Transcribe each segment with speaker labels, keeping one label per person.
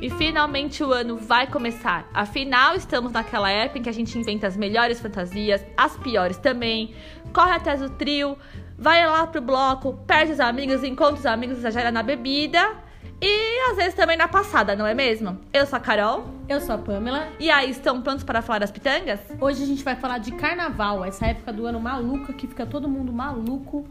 Speaker 1: E finalmente o ano vai começar. Afinal, estamos naquela época em que a gente inventa as melhores fantasias, as piores também, corre atrás do trio, vai lá pro bloco, perde os amigos, encontra os amigos, exagera na bebida e às vezes também na passada, não é mesmo? Eu sou a Carol.
Speaker 2: Eu sou a Pamela.
Speaker 1: E aí, estão prontos para falar das pitangas?
Speaker 2: Hoje a gente vai falar de carnaval, essa época do ano maluca que fica todo mundo maluco.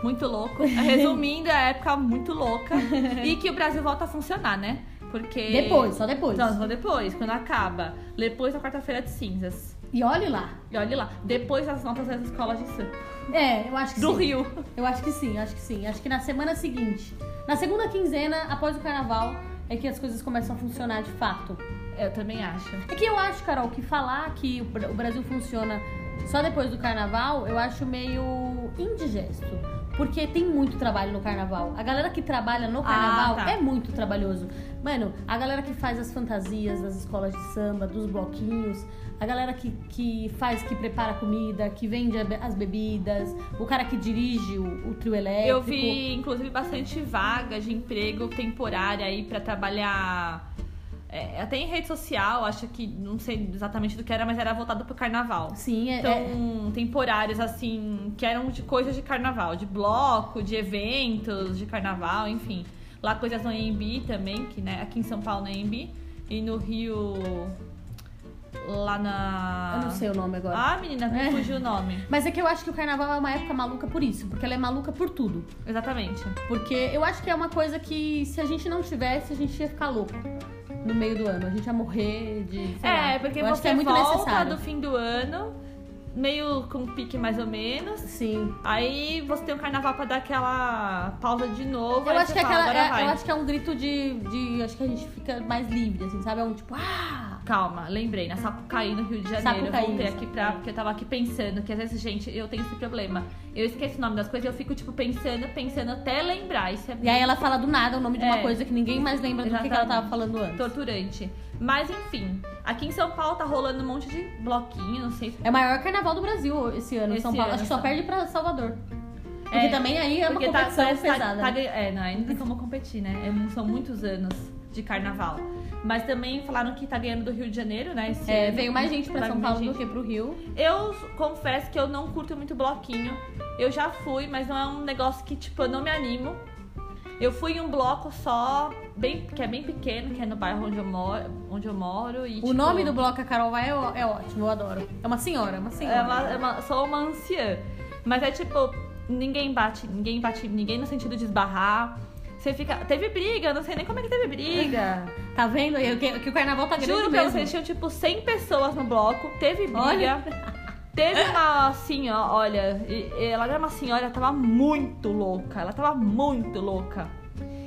Speaker 1: Muito louco. Resumindo, é a época muito louca e que o Brasil volta a funcionar, né? Porque.
Speaker 2: Depois, só depois.
Speaker 1: Não, só depois, quando acaba. Depois da quarta-feira de cinzas.
Speaker 2: E olhe lá.
Speaker 1: E olha lá, depois das notas das escolas de samba.
Speaker 2: É, eu acho que
Speaker 1: Do
Speaker 2: sim.
Speaker 1: Rio.
Speaker 2: Eu acho que sim, acho que sim. Acho que na semana seguinte, na segunda quinzena, após o carnaval, é que as coisas começam a funcionar de fato.
Speaker 1: Eu também acho.
Speaker 2: É que eu acho, Carol, que falar que o Bra- o Brasil funciona só depois do carnaval, eu acho meio indigesto. Porque tem muito trabalho no carnaval. A galera que trabalha no carnaval
Speaker 1: tá.
Speaker 2: é muito trabalhoso. Mano, a galera que faz as fantasias das escolas de samba, dos bloquinhos, a galera que, que faz, que prepara a comida, que vende a be- as bebidas, o cara que dirige o, o trio elétrico.
Speaker 1: Eu vi, inclusive, bastante vaga de emprego temporária aí pra trabalhar. é, até em rede social, acho que não sei exatamente do que era, mas era voltado pro carnaval.
Speaker 2: Sim, é,
Speaker 1: Então,
Speaker 2: é-
Speaker 1: temporários, assim, que eram de coisas de carnaval, de bloco, de eventos de carnaval, enfim. Lá coisas no AMB também, que né, aqui em São Paulo no AMB. E no Rio. Lá na.
Speaker 2: Eu não sei o nome agora.
Speaker 1: Ah, menina, me
Speaker 2: É.
Speaker 1: fugiu o nome.
Speaker 2: Mas é que eu acho que o carnaval é uma época maluca por isso, porque ela é maluca por tudo.
Speaker 1: Exatamente.
Speaker 2: Porque eu acho que é uma coisa que se a gente não tivesse, a gente ia ficar louco no meio do ano. A gente ia morrer de. sei lá.
Speaker 1: É, porque
Speaker 2: eu
Speaker 1: você
Speaker 2: acho que é muito
Speaker 1: volta
Speaker 2: necessário.
Speaker 1: do fim do ano, meio com um pique mais ou menos.
Speaker 2: Sim.
Speaker 1: Aí você tem o carnaval pra dar aquela pausa de novo.
Speaker 2: Eu
Speaker 1: aí
Speaker 2: acho,
Speaker 1: você
Speaker 2: que é
Speaker 1: fala,
Speaker 2: aquela,
Speaker 1: "Tá, agora
Speaker 2: é,
Speaker 1: vai.
Speaker 2: eu acho que é um grito de, de. Acho que a gente fica mais livre, assim, sabe? É um tipo, ah!
Speaker 1: Calma, lembrei, na Sapucaí, no Rio de Janeiro.
Speaker 2: Sapucaí,
Speaker 1: eu voltei aqui pra.
Speaker 2: Sapucaí.
Speaker 1: Porque eu tava aqui pensando, que às vezes, gente, eu tenho esse problema. Eu esqueço o nome das coisas e eu fico, tipo, pensando, pensando até lembrar. Isso é
Speaker 2: E aí ela fala do nada o nome de uma
Speaker 1: É.
Speaker 2: coisa que ninguém mais lembra do que, que ela
Speaker 1: Exatamente.
Speaker 2: tava falando antes.
Speaker 1: torturante. Mas enfim, aqui em São Paulo tá rolando um monte de bloquinho, não sei.
Speaker 2: É o maior carnaval do Brasil esse ano, em
Speaker 1: Esse
Speaker 2: São Paulo.
Speaker 1: ano,
Speaker 2: Acho que só
Speaker 1: só.
Speaker 2: perde pra Salvador. Porque
Speaker 1: É,
Speaker 2: também aí é uma
Speaker 1: porque tá,
Speaker 2: competição
Speaker 1: tá,
Speaker 2: pesada.
Speaker 1: tá-
Speaker 2: né?
Speaker 1: é, não, aí não tem como competir, né? É mu- são muitos anos de carnaval. Mas também falaram que tá ganhando do Rio de Janeiro, né? esse
Speaker 2: É,
Speaker 1: ano.
Speaker 2: veio mais gente pra
Speaker 1: Vai
Speaker 2: São
Speaker 1: Tá mais
Speaker 2: Paulo
Speaker 1: gente.
Speaker 2: do que pro Rio.
Speaker 1: Eu confesso que eu não curto muito bloquinho. Eu já fui, mas não é um negócio que, tipo, eu não me animo. Eu fui em um bloco só, bem, que é bem pequeno, que é no bairro onde eu moro. Onde eu moro e, tipo,
Speaker 2: O nome do bloco A Carol Vai é, ó- é ótimo, eu adoro. É uma senhora, é uma senhora.
Speaker 1: é uma, é uma- sou uma anciã. Mas é tipo, ninguém bate, ninguém bate, ninguém no sentido de esbarrar. Você fica. Teve briga, eu não sei nem como é que teve briga.
Speaker 2: Tá vendo? aí que, que o carnaval tá grande
Speaker 1: Juro pra
Speaker 2: mesmo.
Speaker 1: vocês, tinham tipo 100 pessoas no bloco, teve briga.
Speaker 2: Olha.
Speaker 1: Teve uma assim, ó, olha, e- e ela era uma senhora, ela tava muito louca, ela tava muito louca.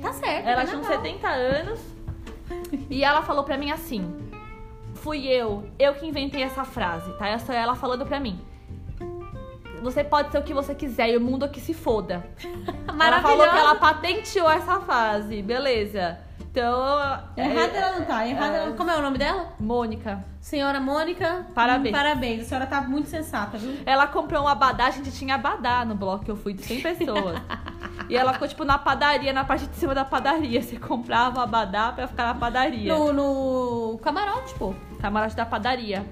Speaker 2: Tá certo,
Speaker 1: Ela
Speaker 2: é
Speaker 1: tinha um uns
Speaker 2: carnaval.
Speaker 1: 70 anos e ela falou pra mim assim: Fui eu, eu que inventei essa frase, tá? Essa é ela falando pra mim. Você pode ser o que você quiser e o mundo é que se foda. Ela
Speaker 2: Maravilhosa.
Speaker 1: falou que ela patenteou essa frase, beleza. Então.
Speaker 2: Errada
Speaker 1: é-
Speaker 2: ela não tá, errada ela... Como é o nome dela?
Speaker 1: Mônica.
Speaker 2: Senhora Mônica.
Speaker 1: Parabéns.
Speaker 2: Hum, parabéns, a senhora tá muito sensata, viu?
Speaker 1: Ela comprou um abadá, a gente tinha abadá no bloco que eu fui de 100 pessoas. e ela ficou, tipo, na padaria, na parte de cima da padaria. Você comprava o abadá pra ficar na padaria.
Speaker 2: No, no camarote, pô.
Speaker 1: camarote da padaria.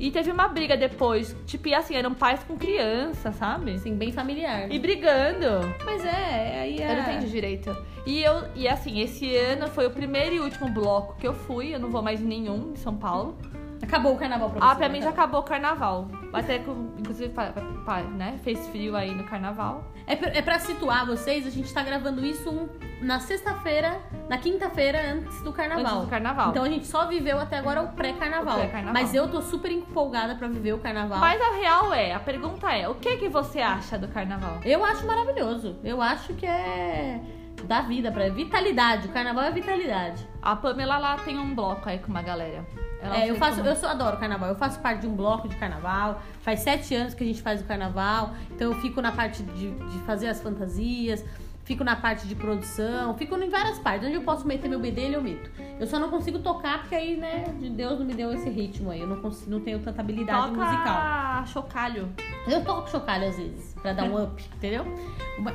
Speaker 1: E teve uma briga depois. Tipo, e assim, eram pais com criança, sabe?
Speaker 2: Assim, bem familiar.
Speaker 1: E brigando.
Speaker 2: Mas é, aí é...
Speaker 1: Eu não entendi direito. E eu, e assim, esse ano foi o primeiro e último bloco que eu fui. Eu não vou mais em nenhum em São Paulo.
Speaker 2: Acabou o carnaval pra você.
Speaker 1: Ah, pra mim
Speaker 2: né,
Speaker 1: já
Speaker 2: Carol?
Speaker 1: acabou o carnaval. Até que, inclusive, pa- pa- né? Fez frio aí no carnaval.
Speaker 2: É, pra- é pra situar vocês, a gente tá gravando isso um- na sexta-feira, na quinta-feira antes do carnaval.
Speaker 1: Antes do carnaval.
Speaker 2: Então a gente só viveu até agora o pré-carnaval.
Speaker 1: O pré-carnaval.
Speaker 2: Mas eu tô super empolgada pra viver o carnaval.
Speaker 1: Mas a real é, a pergunta é, o que que você acha do carnaval?
Speaker 2: Eu acho maravilhoso. Eu acho que é da vida pra vitalidade. O carnaval é vitalidade.
Speaker 1: A Pamela lá tem um bloco aí com uma galera. Ela né?
Speaker 2: É, eu
Speaker 1: fez
Speaker 2: faço,
Speaker 1: uma-
Speaker 2: eu sou, adoro carnaval. Eu faço parte de um bloco de carnaval. Faz sete anos que a gente faz o carnaval. Então eu fico na parte de, de fazer as fantasias. fico na parte de produção, fico em várias partes. Onde eu posso meter meu bedelho, eu meto. Eu só não consigo tocar porque aí, né, Deus não me deu esse ritmo aí. Eu não, consigo, não tenho tanta habilidade
Speaker 1: Toca
Speaker 2: musical.
Speaker 1: chocalho.
Speaker 2: Eu toco chocalho às vezes, pra dar um up, entendeu?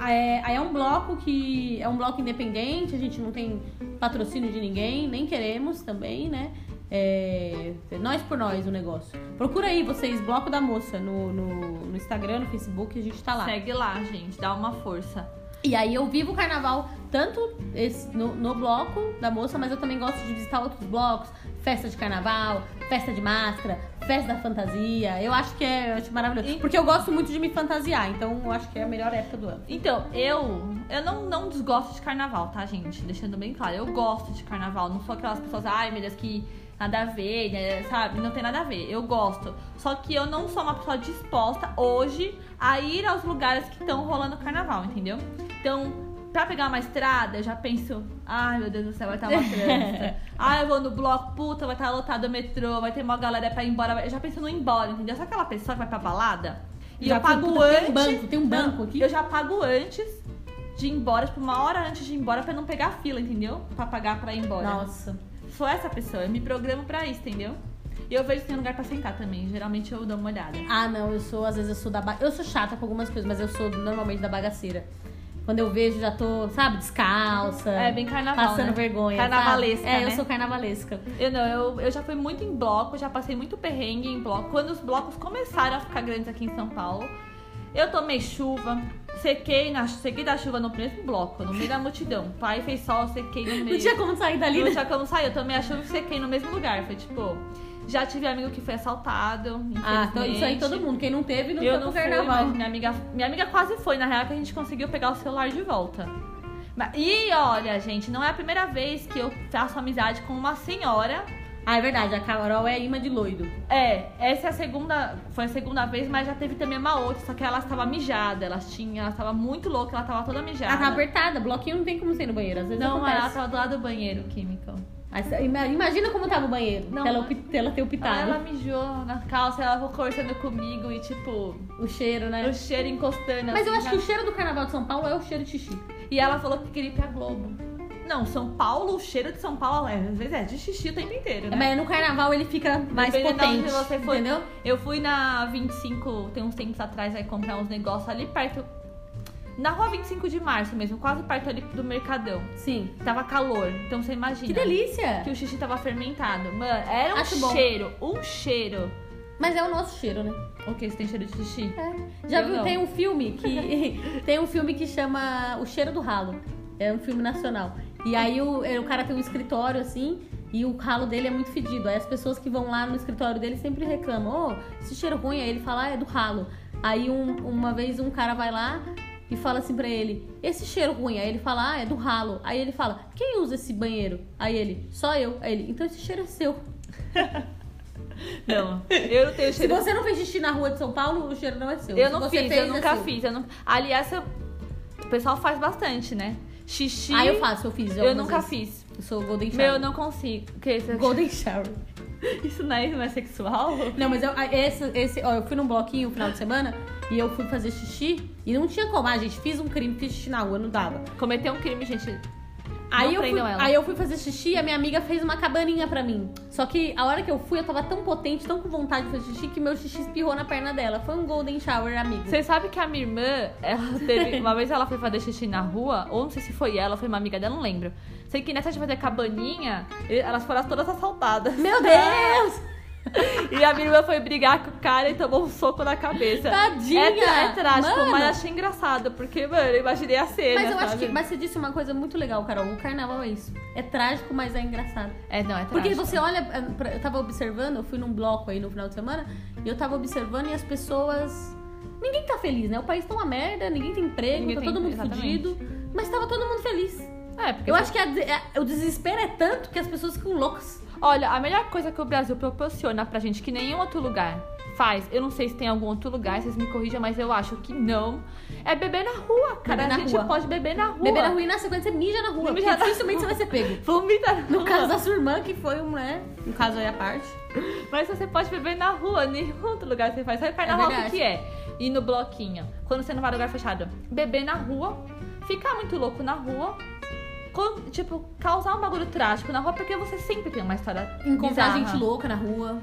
Speaker 2: É, aí é um bloco que é um bloco independente, a gente não tem patrocínio de ninguém, nem queremos também, né? É, nós por nós o negócio. Procura aí vocês, Bloco da Moça, no, no, no Instagram, no Facebook, a gente tá lá.
Speaker 1: Segue lá, gente. Dá uma força.
Speaker 2: E aí eu vivo o carnaval tanto esse- no, no bloco da moça, mas eu também gosto de visitar outros blocos, festa de carnaval, festa de máscara, festa da fantasia. Eu acho que é eu acho maravilhoso.
Speaker 1: E-
Speaker 2: Porque eu gosto muito de me fantasiar, então eu acho que é a melhor época do ano.
Speaker 1: Então, eu eu não, não desgosto de carnaval, tá, gente? Deixando bem claro, eu gosto de carnaval. Não sou aquelas pessoas, ai, meu Deus, que nada a ver, né? sabe? Não tem nada a ver. Eu gosto. Só que eu não sou uma pessoa disposta hoje a ir aos lugares que estão rolando carnaval, entendeu? Então, pra pegar uma estrada, eu já penso, ai, meu Deus do céu, vai estar uma trânsito. ai, eu vou no bloco, puta, vai estar lotado o metrô, vai ter uma galera pra ir embora. Eu já penso no ir embora, entendeu? Só aquela pessoa que vai pra balada. E
Speaker 2: Já
Speaker 1: eu pago
Speaker 2: puta,
Speaker 1: antes.
Speaker 2: Tem um banco, tem um
Speaker 1: Não,
Speaker 2: banco aqui.
Speaker 1: Eu já pago antes de ir embora, tipo, uma hora antes de ir embora pra não pegar fila, entendeu? Pra pagar pra ir embora.
Speaker 2: Nossa.
Speaker 1: Sou essa pessoa, eu me programo pra isso, entendeu? E eu vejo se tem lugar pra sentar também. Geralmente eu dou uma olhada.
Speaker 2: Ah, não, eu sou, às vezes eu sou da ba... Eu sou chata com algumas coisas, mas eu sou normalmente da bagaceira. Quando eu vejo, já tô, sabe, descalça.
Speaker 1: É, bem carnaval,
Speaker 2: Passando
Speaker 1: né?
Speaker 2: vergonha.
Speaker 1: Carnavalesca,
Speaker 2: sabe? É, eu
Speaker 1: né?
Speaker 2: sou carnavalesca.
Speaker 1: Eu não, eu, eu já fui muito em bloco, já passei muito perrengue em bloco. Quando os blocos começaram a ficar grandes aqui em São Paulo, eu tomei chuva, sequei, na, sequei da chuva no mesmo bloco, no meio da multidão. Pai fez sol, eu sequei no meio.
Speaker 2: Não tinha como sair dali, né?
Speaker 1: Não, já que eu não saí, eu tomei a chuva e sequei no mesmo lugar. Foi tipo, já tive amigo que foi assaltado.
Speaker 2: Ah, então isso aí
Speaker 1: infelizmente.
Speaker 2: todo mundo. Quem não teve, não
Speaker 1: Eu
Speaker 2: foi
Speaker 1: não
Speaker 2: pro
Speaker 1: fui,
Speaker 2: carnaval.
Speaker 1: mas minha amiga, minha amiga quase foi, na real, que a gente conseguiu pegar o celular de volta. Mas- E olha, gente, não é a primeira vez que eu faço amizade com uma senhora.
Speaker 2: Ah, é verdade, a Carol é imã de loido.
Speaker 1: É, essa é a segunda, foi a segunda vez, mas já teve também uma outra, só que ela estava mijada, elas tinham, ela estava muito louca, ela estava toda mijada.
Speaker 2: Ela tá apertada, bloquinho não tem como sair no banheiro. Às vezes
Speaker 1: não, ela
Speaker 2: acontece.
Speaker 1: estava do lado do banheiro químico.
Speaker 2: Aí você- ima- Imagina como tava o banheiro.
Speaker 1: Não.
Speaker 2: Não. Ela, opi- ela ter
Speaker 1: Aí
Speaker 2: optado.
Speaker 1: ela mijou na calça, ela ficou conversando comigo e tipo,
Speaker 2: O cheiro, né?
Speaker 1: o cheiro encostando.
Speaker 2: Mas eu
Speaker 1: assim,
Speaker 2: acho que o cheiro do carnaval de São Paulo é o cheiro de xixi.
Speaker 1: E ela falou que queria ir pra Globo. Não, São Paulo, o cheiro de São Paulo, é, às vezes é de xixi o tempo inteiro, né?
Speaker 2: Mas no carnaval ele fica mais
Speaker 1: Dependendo de onde
Speaker 2: potente.
Speaker 1: você for.
Speaker 2: Entendeu?
Speaker 1: Eu fui na 25, tem uns tempos atrás, aí comprar uns negócios ali perto. Na rua 25 de março mesmo, quase perto ali do Mercadão.
Speaker 2: Sim.
Speaker 1: Tava calor, então você imagina.
Speaker 2: Que delícia!
Speaker 1: Que o xixi tava fermentado. Mano, era um
Speaker 2: Acho bom.
Speaker 1: cheiro, um cheiro.
Speaker 2: Mas é o nosso cheiro, né?
Speaker 1: O que? Você tem cheiro de xixi?
Speaker 2: É. Já
Speaker 1: Eu
Speaker 2: viu?
Speaker 1: não.
Speaker 2: Tem um filme que. tem um filme que chama O Cheiro do Ralo. É um filme nacional. E aí o, é, o cara tem um escritório assim. E o ralo dele é muito fedido. Aí as pessoas que vão lá no escritório dele sempre reclamam: Ô, esse cheiro ruim. Aí ele fala: ah, é do ralo. Aí um- uma vez um cara vai lá e fala assim pra ele: esse cheiro ruim. Aí ele fala: ah, é do ralo. Aí ele fala: quem usa esse banheiro? Aí ele: só eu. Aí ele: então esse cheiro é seu.
Speaker 1: Não, eu não tenho
Speaker 2: Se
Speaker 1: cheiro
Speaker 2: você não fez xixi na rua de São Paulo, o cheiro não é seu.
Speaker 1: Eu
Speaker 2: Se
Speaker 1: não
Speaker 2: você
Speaker 1: fiz,
Speaker 2: fez,
Speaker 1: eu
Speaker 2: é
Speaker 1: nunca
Speaker 2: seu.
Speaker 1: fiz. Eu não... Aliás, eu- o pessoal faz bastante, né? Xixi.
Speaker 2: Ah, eu faço, eu fiz.
Speaker 1: eu
Speaker 2: algumas
Speaker 1: nunca
Speaker 2: vezes.
Speaker 1: fiz.
Speaker 2: Eu sou Golden
Speaker 1: Meu, eu
Speaker 2: Shower.
Speaker 1: não consigo. O quê? Você-
Speaker 2: Golden Shower.
Speaker 1: Isso não é, não é sexual?
Speaker 2: Não, mas eu, ah, esse, esse, ó, eu fui num bloquinho no final de semana e eu fui fazer xixi e não tinha como. Ah, gente, fiz um crime, fiz xixi na rua, não dava.
Speaker 1: Cometeu um crime, gente.
Speaker 2: Aí,
Speaker 1: Não
Speaker 2: eu fui,
Speaker 1: prendam ela.
Speaker 2: aí eu fui fazer xixi e a minha amiga fez uma cabaninha pra mim. Só que a hora que eu fui, eu tava tão potente, tão com vontade de fazer xixi, que meu xixi espirrou na perna dela. Foi um Golden Shower, amigo.
Speaker 1: Você sabe que a minha irmã, ela teve. Uma vez ela foi fazer xixi na rua, ou não sei se foi ela, foi uma amiga dela, não lembro. Sei que nessa de fazer cabaninha, e- elas foram todas assaltadas.
Speaker 2: Meu Deus!
Speaker 1: E a minha irmã foi brigar com o cara e tomou um soco na cabeça.
Speaker 2: Tadinha!
Speaker 1: É, tra- é trágico,
Speaker 2: Mano!
Speaker 1: mas achei engraçado, porque, mano, eu imaginei a cena.
Speaker 2: Mas eu acho
Speaker 1: sabe?
Speaker 2: que. Mas você disse uma coisa muito legal, Carol. O carnaval é isso. É trágico, mas é engraçado.
Speaker 1: É, não, é
Speaker 2: Porque
Speaker 1: trágico.
Speaker 2: você olha, é, pra- eu tava observando, eu fui num bloco aí no final de semana, e eu tava observando e as pessoas. Ninguém tá feliz, né? O país tá uma merda, ninguém tem emprego,
Speaker 1: Ninguém
Speaker 2: tá
Speaker 1: tem-
Speaker 2: todo mundo
Speaker 1: exatamente.
Speaker 2: fudido, mas tava todo mundo feliz.
Speaker 1: É, porque
Speaker 2: Eu acho que a de- é- o desespero é tanto que as pessoas ficam loucas.
Speaker 1: Olha, a melhor coisa que o Brasil proporciona pra gente, que nenhum outro lugar faz, eu não sei se tem algum outro lugar, vocês me corrijam, mas eu acho que não, é beber na rua, cara.
Speaker 2: Beber na
Speaker 1: a gente
Speaker 2: rua.
Speaker 1: pode beber na rua.
Speaker 2: Beber na rua e na sequência você mija na rua.
Speaker 1: Mija
Speaker 2: porque
Speaker 1: na
Speaker 2: dificilmente você vai ser pego.
Speaker 1: Vomita na
Speaker 2: No
Speaker 1: rua.
Speaker 2: caso da sua irmã, que foi um, né? Um caso aí à parte.
Speaker 1: Mas você pode beber na rua, nenhum outro lugar você faz. Sabe carnaval o que
Speaker 2: É verdade.
Speaker 1: que é? Ir no bloquinho. Quando você não vai no lugar fechado. Beber na rua, ficar muito louco na rua, com- tipo, causar um bagulho trágico na rua, porque você sempre tem uma história
Speaker 2: Encontrar
Speaker 1: bizarra.
Speaker 2: gente louca na rua.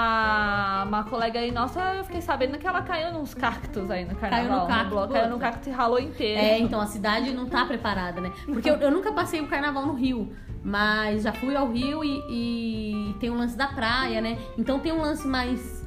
Speaker 1: A, uma colega aí nossa, eu fiquei sabendo que ela caiu nos cactos aí no carnaval.
Speaker 2: no cacto,
Speaker 1: bloco,
Speaker 2: pô.
Speaker 1: caiu no cacto e ralou inteiro.
Speaker 2: É, então a cidade não tá preparada, né? Porque eu, eu nunca passei o carnaval no Rio, mas já fui ao Rio e, e tem um lance da praia, né? Então tem um lance mais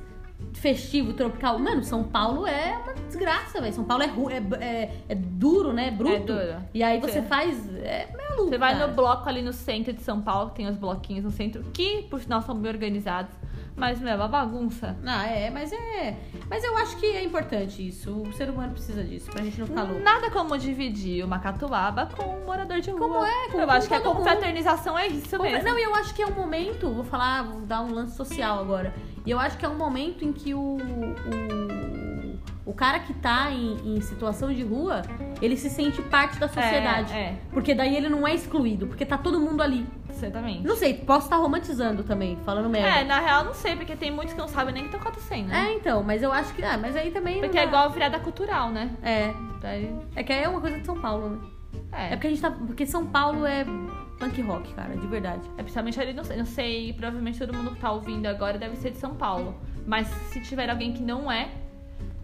Speaker 2: festivo, tropical. Mano, São Paulo é uma desgraça, velho. São Paulo é, ru- é, é, é duro, né? É bruto.
Speaker 1: duro.
Speaker 2: E aí você
Speaker 1: Sim.
Speaker 2: faz. É meio louco.
Speaker 1: Você vai
Speaker 2: cara.
Speaker 1: no bloco ali no centro de São Paulo, que tem os bloquinhos no centro, que por sinal são bem organizados, mas meu, é uma bagunça.
Speaker 2: Ah, é, mas é. Mas eu acho que é importante isso. O ser humano precisa disso, pra gente não ficar louco.
Speaker 1: Nada como dividir uma catuaba com um morador de rua.
Speaker 2: Como é, com-
Speaker 1: Eu
Speaker 2: com
Speaker 1: acho que a
Speaker 2: todo mundo.
Speaker 1: confraternização é isso mesmo.
Speaker 2: Não, e eu acho que é um momento, vou falar, vou dar um lance social agora. E eu acho que é um momento em que o. O, o cara que tá em, em situação de rua, ele se sente parte da sociedade.
Speaker 1: É, é.
Speaker 2: Porque daí ele não é excluído, porque tá todo mundo ali.
Speaker 1: Certamente.
Speaker 2: Não sei, posso estar romantizando também, falando
Speaker 1: É,
Speaker 2: merda.
Speaker 1: na real não sei, porque tem muitos que não sabem nem que estão acontecendo. né?
Speaker 2: É, então, mas eu acho que. Ah, mas aí também. não
Speaker 1: Porque é
Speaker 2: dá.
Speaker 1: igual virada cultural, né?
Speaker 2: É.
Speaker 1: Daí,
Speaker 2: É que aí é uma coisa de São Paulo, né? É
Speaker 1: é.
Speaker 2: porque a gente tá. Porque São Paulo é punk rock, cara, de verdade.
Speaker 1: É, principalmente ali, não sei, não sei, provavelmente todo mundo que tá ouvindo agora deve ser de São Paulo. Mas se tiver alguém que não é.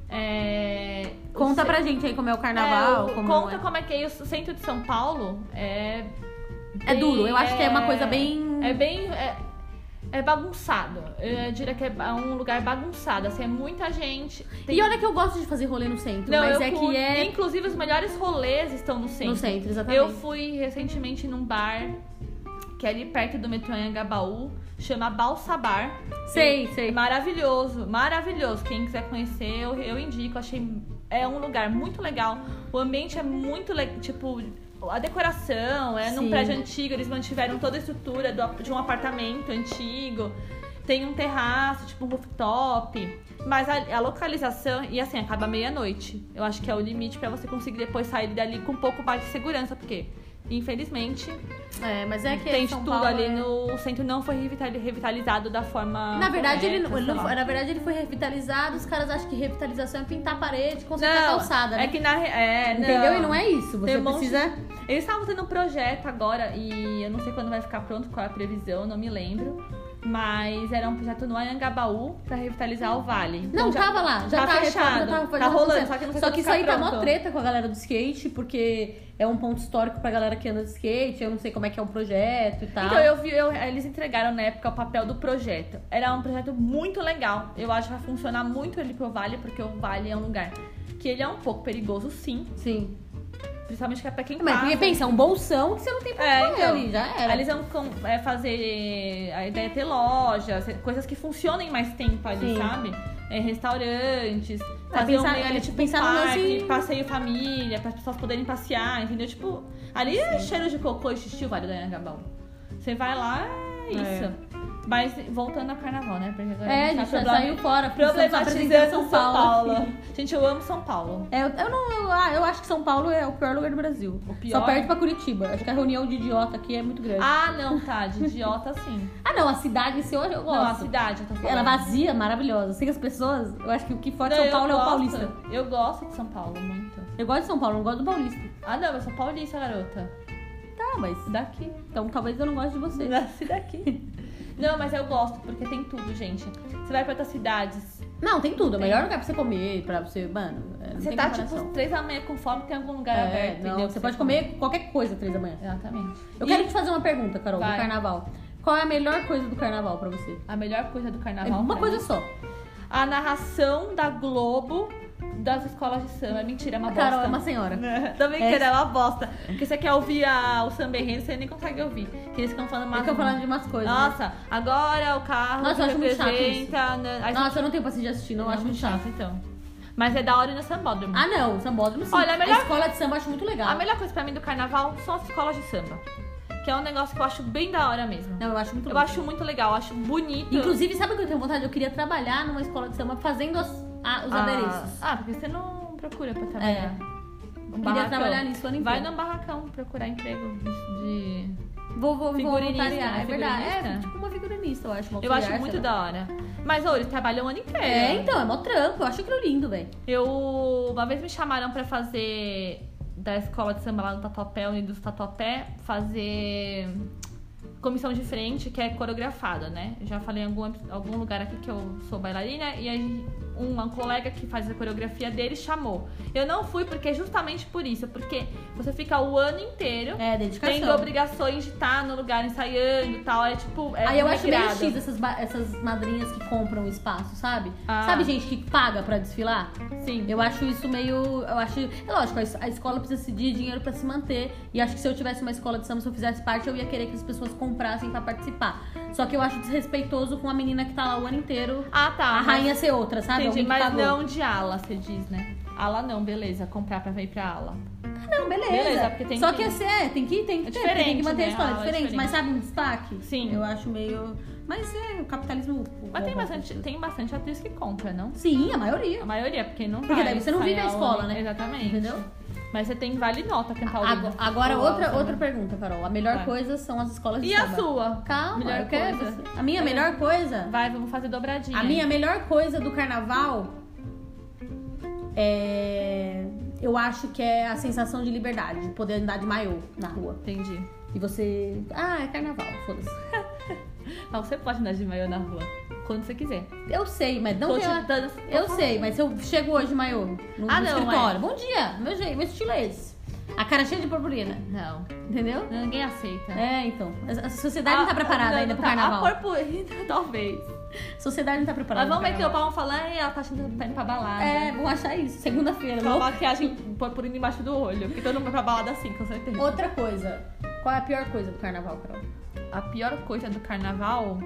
Speaker 1: é, o
Speaker 2: Conta
Speaker 1: ce-
Speaker 2: pra gente aí como é o
Speaker 1: é,
Speaker 2: carnaval,
Speaker 1: o-
Speaker 2: como
Speaker 1: Conta
Speaker 2: é.
Speaker 1: como é que é. E O centro de São Paulo é.
Speaker 2: É
Speaker 1: bem-
Speaker 2: duro, eu acho que é uma coisa bem.
Speaker 1: É bem. É, é bagunçado. Eu diria que é ba- um lugar bagunçado. Assim, é muita gente. tem-
Speaker 2: E olha que eu gosto de fazer rolê no centro,
Speaker 1: Não,
Speaker 2: mas
Speaker 1: eu
Speaker 2: é
Speaker 1: curto.
Speaker 2: que é
Speaker 1: Inclusive, os melhores rolês estão no centro.
Speaker 2: no centro, exatamente.
Speaker 1: Eu fui recentemente num bar que é ali perto do metrô em Angabaú, chama Balsa Bar.
Speaker 2: Sei, sei.
Speaker 1: É maravilhoso, maravilhoso. Quem quiser conhecer, eu, eu indico. Achei é um lugar muito legal. O ambiente é muito legal, tipo a decoração é num
Speaker 2: Sim.
Speaker 1: prédio antigo. Eles mantiveram toda a estrutura do ap- de um apartamento antigo. Tem um terraço, tipo um rooftop. Mas a, a localização, e assim, acaba meia-noite. Eu acho que é o limite pra você conseguir depois sair dali com um pouco mais de segurança, porque, infelizmente,
Speaker 2: É, mas é que
Speaker 1: tem de
Speaker 2: São
Speaker 1: tudo
Speaker 2: Paulo
Speaker 1: ali
Speaker 2: é-
Speaker 1: no o centro, não foi revitali- revitalizado da forma.
Speaker 2: Na verdade, ele,
Speaker 1: correta,
Speaker 2: não- ele
Speaker 1: É, sei lá.
Speaker 2: não foi- na verdade, ele foi revitalizado. Os caras acham que revitalização é pintar a parede, consertar a
Speaker 1: Não,
Speaker 2: calçada,
Speaker 1: É
Speaker 2: né?
Speaker 1: que na. re- É, não.
Speaker 2: Entendeu? E não é isso. Você
Speaker 1: Tem um monte de-
Speaker 2: precisa.
Speaker 1: Eles estavam tendo um projeto agora e eu não sei quando vai ficar pronto, qual é a previsão, não me lembro. Mas era um projeto no Anhangabaú pra revitalizar o vale.
Speaker 2: Não,
Speaker 1: Então já-
Speaker 2: tava lá, já
Speaker 1: tá
Speaker 2: tá, já
Speaker 1: fechado,
Speaker 2: tava
Speaker 1: tá
Speaker 2: já
Speaker 1: rolando,
Speaker 2: acontecendo.
Speaker 1: só que não sei
Speaker 2: Só
Speaker 1: quando
Speaker 2: que isso
Speaker 1: fica
Speaker 2: aí tá mó
Speaker 1: pronto.
Speaker 2: treta com a galera do skate, porque é um ponto histórico pra galera que anda de skate, eu não sei como é que é o projeto e tal.
Speaker 1: Então eu vi, eu- eles entregaram na época o papel do projeto. Era um projeto muito legal. Eu acho que vai funcionar muito ele pro Vale, porque o Vale é um lugar que ele é um pouco perigoso, sim.
Speaker 2: Sim.
Speaker 1: Principalmente que é pra quem
Speaker 2: Mas
Speaker 1: passa.
Speaker 2: porque pensa, é um bolsão que você não tem pra
Speaker 1: É,
Speaker 2: correr
Speaker 1: então.
Speaker 2: ali, já
Speaker 1: Aí
Speaker 2: era.
Speaker 1: Eles vão com- é, fazer. A ideia é ter lojas, coisas que funcionem mais tempo ali,
Speaker 2: Sim.
Speaker 1: sabe? É, restaurantes, fazer
Speaker 2: pensar-
Speaker 1: um meio ali,
Speaker 2: é,
Speaker 1: tipo
Speaker 2: pensar no
Speaker 1: um parque,
Speaker 2: lance-
Speaker 1: passeio família, para as pessoas poderem passear, entendeu? Tipo, ali é cheiro de cocô e xixi, o Vale do Anhangabaú. Você vai lá, é isso.
Speaker 2: É.
Speaker 1: Mas voltando ao carnaval, né? Porque agora
Speaker 2: É, a
Speaker 1: tá
Speaker 2: gente já
Speaker 1: problema-
Speaker 2: saiu fora,
Speaker 1: problematizando
Speaker 2: São
Speaker 1: São
Speaker 2: Paulo.
Speaker 1: Paulo. gente, eu amo São Paulo.
Speaker 2: É, eu, eu não. eu- ah, eu acho que São Paulo é o pior lugar do Brasil.
Speaker 1: O pior?
Speaker 2: Só perde pra Curitiba. Acho que a reunião de idiota aqui é muito grande. Ah,
Speaker 1: Ah, não, tá, de idiota sim.
Speaker 2: não, a cidade em si eu, eu gosto.
Speaker 1: Não, a cidade, eu tô falando.
Speaker 2: Ela é vazia, maravilhosa. Sem as pessoas, eu acho que o que fora de
Speaker 1: Não,
Speaker 2: São Paulo
Speaker 1: eu
Speaker 2: é o
Speaker 1: gosto.
Speaker 2: paulista.
Speaker 1: Eu gosto de São Paulo muito.
Speaker 2: Eu gosto de São Paulo, não gosto do paulista.
Speaker 1: Ah, não, eu sou paulista, garota.
Speaker 2: Tá, mas.
Speaker 1: Daqui.
Speaker 2: Então talvez eu não goste de você.
Speaker 1: Nasci daqui. Não, mas eu gosto, porque tem tudo, gente. Você vai pra outras cidades.
Speaker 2: Não, tem tudo. É o melhor lugar pra você comer, pra você. Mano, é, não
Speaker 1: Você
Speaker 2: tem
Speaker 1: tá,
Speaker 2: comparação.
Speaker 1: tipo, três da manhã com fome, tem algum lugar
Speaker 2: É,
Speaker 1: aberto.
Speaker 2: não,
Speaker 1: entendeu? tá
Speaker 2: você pode comer qualquer coisa três da manhã.
Speaker 1: Exatamente.
Speaker 2: Eu
Speaker 1: E
Speaker 2: quero te fazer uma pergunta, Carol, do
Speaker 1: Vai.
Speaker 2: carnaval. Qual é a melhor coisa do carnaval pra você?
Speaker 1: A melhor coisa do
Speaker 2: É
Speaker 1: carnaval.
Speaker 2: uma
Speaker 1: pra
Speaker 2: coisa
Speaker 1: mim,
Speaker 2: só.
Speaker 1: A narração da Globo das escolas de samba. É mentira, é uma
Speaker 2: A
Speaker 1: bosta.
Speaker 2: Carol é uma senhora.
Speaker 1: Também que é uma bosta. Porque você quer ouvir a- o samba enredo, você nem consegue ouvir. É Que eles ficam falando
Speaker 2: Mas
Speaker 1: mais.
Speaker 2: ficam falando de umas coisas. né?
Speaker 1: Nossa, agora o carro
Speaker 2: Nossa,
Speaker 1: que
Speaker 2: eu acho muito chato
Speaker 1: representa. né? Aí você-
Speaker 2: Nossa, eu não tenho paciência de assistir, não. Eu acho muito chato.
Speaker 1: então. Mas é da hora ir no sambódromo.
Speaker 2: Ah, tá. não. Sambódromo sim.
Speaker 1: Olha, a melhor-
Speaker 2: escola de samba eu acho muito legal.
Speaker 1: A melhor coisa pra mim do carnaval são as escolas de samba. Que é um negócio que eu acho bem da hora mesmo.
Speaker 2: Não, eu acho muito
Speaker 1: Eu
Speaker 2: legal.
Speaker 1: acho muito legal, eu acho bonito.
Speaker 2: Inclusive, sabe o que eu tenho vontade? Eu queria trabalhar numa escola de samba fazendo as- a- os
Speaker 1: Ah,
Speaker 2: adereços.
Speaker 1: Ah, porque você não procura pra trabalhar.
Speaker 2: É.
Speaker 1: Um
Speaker 2: queria
Speaker 1: barracão.
Speaker 2: trabalhar nisso o ano
Speaker 1: Vai
Speaker 2: inteiro.
Speaker 1: num barracão procurar emprego de.
Speaker 2: Vou, vou, vou
Speaker 1: Figurinista,
Speaker 2: voluntariar. É
Speaker 1: né?
Speaker 2: verdade. É,
Speaker 1: Figurinista.
Speaker 2: tipo uma figurinista, eu acho. Uma
Speaker 1: Eu acho
Speaker 2: auxiliar,
Speaker 1: muito
Speaker 2: sei lá.
Speaker 1: da hora. Mas, ô, eles trabalham o ano inteiro.
Speaker 2: É, então, é mó trampo. Eu acho aquilo lindo, velho.
Speaker 1: Eu. Uma vez me chamaram pra fazer da escola de samba lá no Tatuapé, Unidos do Tatuapé, fazer comissão de frente, que é coreografada, né? Eu já falei em algum, algum lugar aqui que eu sou bailarina, e aí um, um colega que faz a coreografia dele chamou. Eu não fui porque é justamente por isso, porque você fica o ano inteiro
Speaker 2: É, dedicação.
Speaker 1: tendo obrigações de estar no lugar ensaiando e tal. É tipo. É
Speaker 2: Aí eu acho meio
Speaker 1: regrado.
Speaker 2: X essas, ba- essas madrinhas que compram espaço, sabe?
Speaker 1: Ah.
Speaker 2: Sabe gente que paga pra desfilar?
Speaker 1: Sim.
Speaker 2: Eu acho isso meio. Eu acho. É lógico, a es- a escola precisa se de dinheiro pra se manter. E acho que se eu tivesse uma escola de samba, se eu fizesse parte, eu ia querer que as pessoas comprassem pra participar. Só que eu acho desrespeitoso com a menina que tá lá o ano inteiro.
Speaker 1: Ah, tá.
Speaker 2: A
Speaker 1: mas-
Speaker 2: rainha ser outra, sabe?
Speaker 1: Entendi,
Speaker 2: Alguém que
Speaker 1: mas
Speaker 2: pagou.
Speaker 1: não de ala, você diz, né? Ala não, beleza. Comprar pra vir pra ala.
Speaker 2: Ah, não, beleza.
Speaker 1: Beleza, porque tem
Speaker 2: Só
Speaker 1: que-
Speaker 2: que, assim, é, tem que, tem que
Speaker 1: É
Speaker 2: ter, porque tem
Speaker 1: diferente,
Speaker 2: que manter
Speaker 1: né?
Speaker 2: a escola,
Speaker 1: A
Speaker 2: é
Speaker 1: aula é
Speaker 2: diferente,
Speaker 1: diferente.
Speaker 2: Mas sabe um destaque?
Speaker 1: Sim.
Speaker 2: Eu acho meio. Mas é, o capitalismo.
Speaker 1: Mas tem
Speaker 2: rouba as
Speaker 1: bastante,
Speaker 2: pessoas.
Speaker 1: tem bastante atriz que compra, não?
Speaker 2: Sim, a maioria.
Speaker 1: A maioria, porque não
Speaker 2: Porque
Speaker 1: vai
Speaker 2: daí você não vive a
Speaker 1: ensaiar
Speaker 2: escola,
Speaker 1: o-
Speaker 2: né?
Speaker 1: Exatamente.
Speaker 2: Entendeu?
Speaker 1: Mas você tem vale nota tá cantar o
Speaker 2: Agora,
Speaker 1: hino.
Speaker 2: agora
Speaker 1: Ou
Speaker 2: outra,
Speaker 1: alta,
Speaker 2: outra
Speaker 1: né?
Speaker 2: pergunta, Carol. A melhor
Speaker 1: Vai.
Speaker 2: coisa são as escolas de
Speaker 1: E
Speaker 2: samba.
Speaker 1: a sua?
Speaker 2: Calma,
Speaker 1: Melhor
Speaker 2: eu quero
Speaker 1: coisa?
Speaker 2: você. A minha melhor coisa?
Speaker 1: Vai, vamos fazer dobradinha.
Speaker 2: A minha é melhor coisa do carnaval é... Eu acho que é a sensação de liberdade, de poder andar de maiô na rua.
Speaker 1: Entendi.
Speaker 2: E você... Ah, é carnaval, foda-se.
Speaker 1: Mas você pode andar de maiô na rua. Quando você quiser.
Speaker 2: Eu sei, mas não
Speaker 1: Tô
Speaker 2: tem
Speaker 1: te
Speaker 2: hora-
Speaker 1: dando- tô
Speaker 2: Eu
Speaker 1: falando.
Speaker 2: sei, mas se eu chego hoje de maiô no,
Speaker 1: Ah,
Speaker 2: no
Speaker 1: não,
Speaker 2: escritório...
Speaker 1: é.
Speaker 2: Bom dia, meu jeito, meu estilo é esse. A cara cheia de purpurina,
Speaker 1: Não.
Speaker 2: entendeu?
Speaker 1: Ninguém aceita.
Speaker 2: É, então. A a sociedade não tá
Speaker 1: Ah,
Speaker 2: preparada
Speaker 1: não,
Speaker 2: ainda
Speaker 1: não
Speaker 2: pro
Speaker 1: tá.
Speaker 2: carnaval.
Speaker 1: A purpurina, talvez.
Speaker 2: Sociedade não tá
Speaker 1: Mas
Speaker 2: preparada.
Speaker 1: vamos ver
Speaker 2: pro
Speaker 1: que o
Speaker 2: carnaval.
Speaker 1: Paulo falar e ela tá achando que tá indo pra balada.
Speaker 2: É, vão achar isso. Segunda-feira.
Speaker 1: Com a
Speaker 2: louco.
Speaker 1: maquiagem purpurina embaixo do olho. Porque todo mundo vai pra balada assim, com certeza.
Speaker 2: Outra coisa. Qual é a pior coisa do carnaval, Carol?
Speaker 1: A pior coisa do carnaval,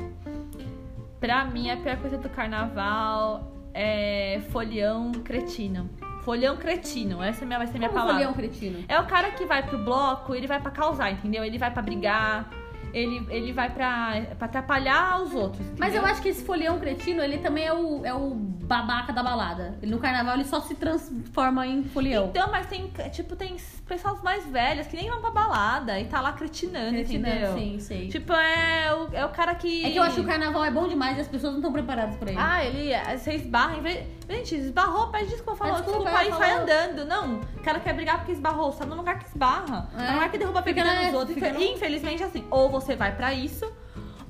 Speaker 1: pra mim, a pior coisa do carnaval é folião cretino. Folião cretino, essa é minha- vai ser minha
Speaker 2: Como
Speaker 1: palavra.
Speaker 2: folhão cretino.
Speaker 1: É o cara que vai pro bloco, ele vai pra causar, entendeu? Ele vai pra brigar, ele, ele vai pra, pra atrapalhar os outros.
Speaker 2: Mas
Speaker 1: entendeu?
Speaker 2: eu acho que esse folião cretino, ele também é o, é o babaca da balada. Ele, no carnaval, ele só se transforma em folião.
Speaker 1: Então, mas tem, tipo, tem pessoas mais velhas que nem vão pra balada e tá lá cretinando,
Speaker 2: Cretinando,
Speaker 1: entendeu?
Speaker 2: Sim, sei.
Speaker 1: Tipo, é o, é o cara que.
Speaker 2: É que eu acho que o carnaval é bom demais e as pessoas não estão preparadas pra ele.
Speaker 1: Ah, ele. Você esbarra em vez. Gente, esbarrou, pede desculpa, falou,
Speaker 2: Pede
Speaker 1: desculpa,
Speaker 2: desculpa, é,
Speaker 1: aí
Speaker 2: falou.
Speaker 1: sai andando. Não, o cara quer brigar porque esbarrou, sabe no lugar que esbarra.
Speaker 2: É.
Speaker 1: É. No lugar que derruba a
Speaker 2: Fica
Speaker 1: bebida
Speaker 2: na-
Speaker 1: dos outros.
Speaker 2: fica
Speaker 1: Infe-
Speaker 2: no-
Speaker 1: Infelizmente, assim, ou você vai pra isso,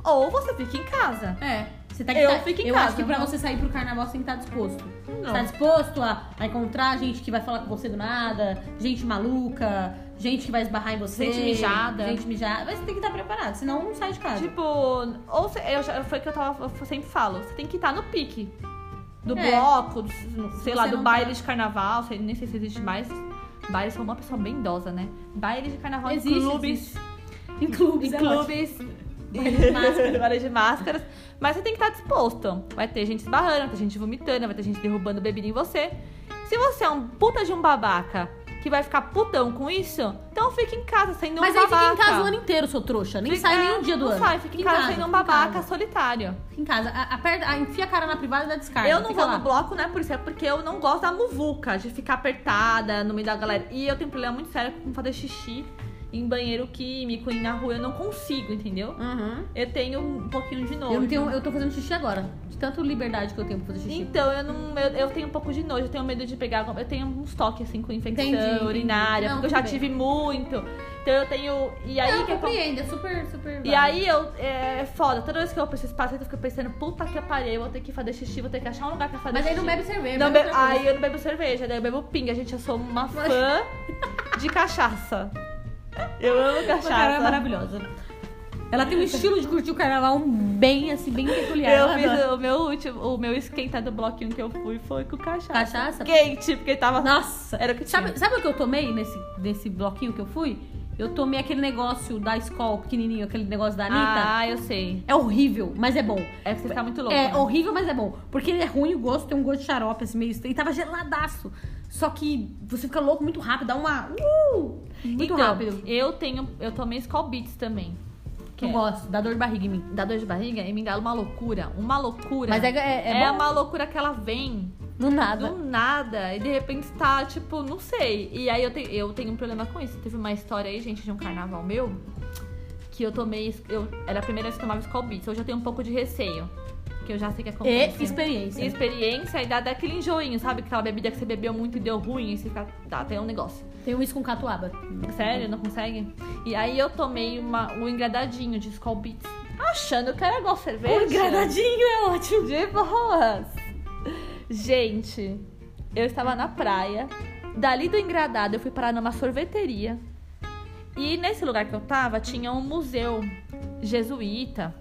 Speaker 1: ou você fica em casa.
Speaker 2: É. Você tá que
Speaker 1: Eu
Speaker 2: tá-
Speaker 1: fico em
Speaker 2: eu
Speaker 1: casa,
Speaker 2: acho que pra
Speaker 1: não.
Speaker 2: você sair pro carnaval você tem que estar disposto.
Speaker 1: Não.
Speaker 2: Você tá disposto a, a encontrar gente que vai falar com você do nada, gente maluca, gente que vai esbarrar em você.
Speaker 1: Gente mijada.
Speaker 2: Gente mijada. Mas você tem que estar preparado, senão não sai de casa.
Speaker 1: Tipo, ou você, eu, já- foi o que eu, tava, eu sempre falo, você tem que estar no pique. Do
Speaker 2: É.
Speaker 1: bloco, do- sei
Speaker 2: você
Speaker 1: lá, do
Speaker 2: não
Speaker 1: baile
Speaker 2: tá.
Speaker 1: de carnaval, sei, nem sei se existe mais. Baile são uma pessoa bem idosa, né? Baile de carnaval
Speaker 2: Existe,
Speaker 1: em clubes.
Speaker 2: em clubes,
Speaker 1: Em
Speaker 2: é ótimo.
Speaker 1: clubes.
Speaker 2: Baile de máscara.
Speaker 1: Várias de máscaras. Mas você tem que estar disposto. Vai ter gente esbarrando, vai ter gente vomitando, vai ter gente derrubando bebida em você. Se você é um puta de um babaca que vai ficar putão com isso, então fica em casa sendo
Speaker 2: Mas
Speaker 1: um
Speaker 2: aí
Speaker 1: babaca.
Speaker 2: fica em casa o ano inteiro, seu trouxa. Nem
Speaker 1: Fica- é,
Speaker 2: sai nenhum dia do
Speaker 1: não
Speaker 2: ano.
Speaker 1: sai, fica em casa, sendo um
Speaker 2: fica em
Speaker 1: babaca
Speaker 2: casa.
Speaker 1: solitário.
Speaker 2: Fica em casa. A- aperta- a- enfia a cara na privada e dá descarga.
Speaker 1: eu não
Speaker 2: Fica
Speaker 1: vou
Speaker 2: lá.
Speaker 1: no bloco, né? Por isso é porque eu não gosto da muvuca, de ficar apertada no meio da galera. E eu tenho um problema muito sério com fazer xixi em banheiro químico e na rua. Eu não consigo, entendeu?
Speaker 2: Uhum.
Speaker 1: Eu tenho um pouquinho de nojo.
Speaker 2: Eu, não tenho, eu tô fazendo xixi agora. De tanta liberdade que eu tenho pra fazer xixi.
Speaker 1: Então, eu não. Eu, eu tenho um pouco de nojo, eu tenho medo de pegar. alguma- Eu tenho uns toques assim com infecção
Speaker 2: Entendi, entendi.
Speaker 1: urinária,
Speaker 2: Não,
Speaker 1: porque eu
Speaker 2: tudo
Speaker 1: já
Speaker 2: bem.
Speaker 1: tive muito. Então eu tenho. E aí
Speaker 2: eu
Speaker 1: que eu-
Speaker 2: compreendo, é super, super.
Speaker 1: E aí eu. É foda, toda vez que eu vou pra esse espaço, eu fico pensando, puta que eu parei, eu vou ter que fazer xixi, vou ter que achar um lugar pra fazer
Speaker 2: Mas aí
Speaker 1: xixi.
Speaker 2: não bebe cerveja.
Speaker 1: Não
Speaker 2: bebe
Speaker 1: be-
Speaker 2: outra coisa.
Speaker 1: Aí eu não bebo cerveja, daí eu bebo pinga. Gente, eu sou uma fã de cachaça. Eu amo
Speaker 2: Essa Carol é
Speaker 1: cachaça.
Speaker 2: maravilhosa. Ela tem um estilo de curtir o carnaval bem, assim, bem peculiar.
Speaker 1: Eu
Speaker 2: Ela adora.
Speaker 1: fiz o meu último, o meu esquenta do bloquinho que eu fui foi com cachaça.
Speaker 2: Cachaça?
Speaker 1: Quente, porque tava.
Speaker 2: Nossa! é
Speaker 1: Era o que tinha.
Speaker 2: Sabe, sabe o que eu tomei nesse, nesse bloquinho que eu fui? Eu tomei aquele negócio da escola pequenininho, aquele negócio da Anitta.
Speaker 1: Ah, eu sei.
Speaker 2: É horrível, mas é bom.
Speaker 1: É que você fica muito louco.
Speaker 2: É
Speaker 1: né?
Speaker 2: horrível, mas é bom. Porque ele é ruim o gosto, tem um gosto de xarope, assim, meio... estranho. E tava geladaço. Só que você fica louco muito rápido, dá uma... Uh! Muito
Speaker 1: então,
Speaker 2: rápido.
Speaker 1: Eu tenho. Eu tomei Skull Beats também. Que
Speaker 2: Que eu
Speaker 1: é-
Speaker 2: gosto, dá dor de barriga em mim.
Speaker 1: Dá dor de barriga e me dá uma loucura. Uma loucura.
Speaker 2: Mas é, é, é
Speaker 1: é
Speaker 2: bom.
Speaker 1: uma loucura que ela vem
Speaker 2: Do nada.
Speaker 1: do nada e de repente tá tipo, não sei. E aí eu, te- eu tenho um problema com isso. Teve uma história aí, gente, de um carnaval meu que eu tomei, eu era a primeira vez que eu tomava Skull Beats. Hoje eu tenho um pouco de receio. porque eu já sei que acontece. né?
Speaker 2: E experiência.
Speaker 1: Experiência e dá, dá aquele enjoinho, sabe? Aquela bebida que você bebeu muito e deu ruim e você fica. Tá, tem um negócio.
Speaker 2: Tem um isso com catuaba.
Speaker 1: Sério, não consegue? E aí eu tomei uma, um engradadinho de Skull Beats. Achando que era igual cerveja.
Speaker 2: O Um engradadinho é ótimo.
Speaker 1: De boas. Gente, eu estava na praia. Dali do engradado eu fui parar numa sorveteria. E nesse lugar que eu tava tinha um museu jesuíta.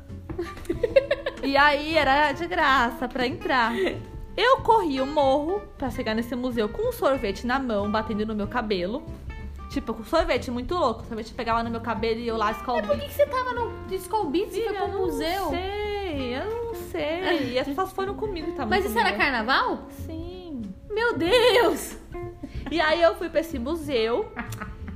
Speaker 1: e aí era de graça pra entrar. Eu corri o morro pra chegar nesse museu com um sorvete na mão, batendo no meu cabelo. Tipo, com sorvete muito louco. Sorvete pegava no meu cabelo e eu lá escaldava.
Speaker 2: Por que, que você tava no Skull Beats e foi pro museu?
Speaker 1: Eu não sei, eu não sei. E as pessoas foram comigo também.
Speaker 2: Mas isso era carnaval?
Speaker 1: Sim.
Speaker 2: Meu Deus!
Speaker 1: E aí eu fui pra esse museu.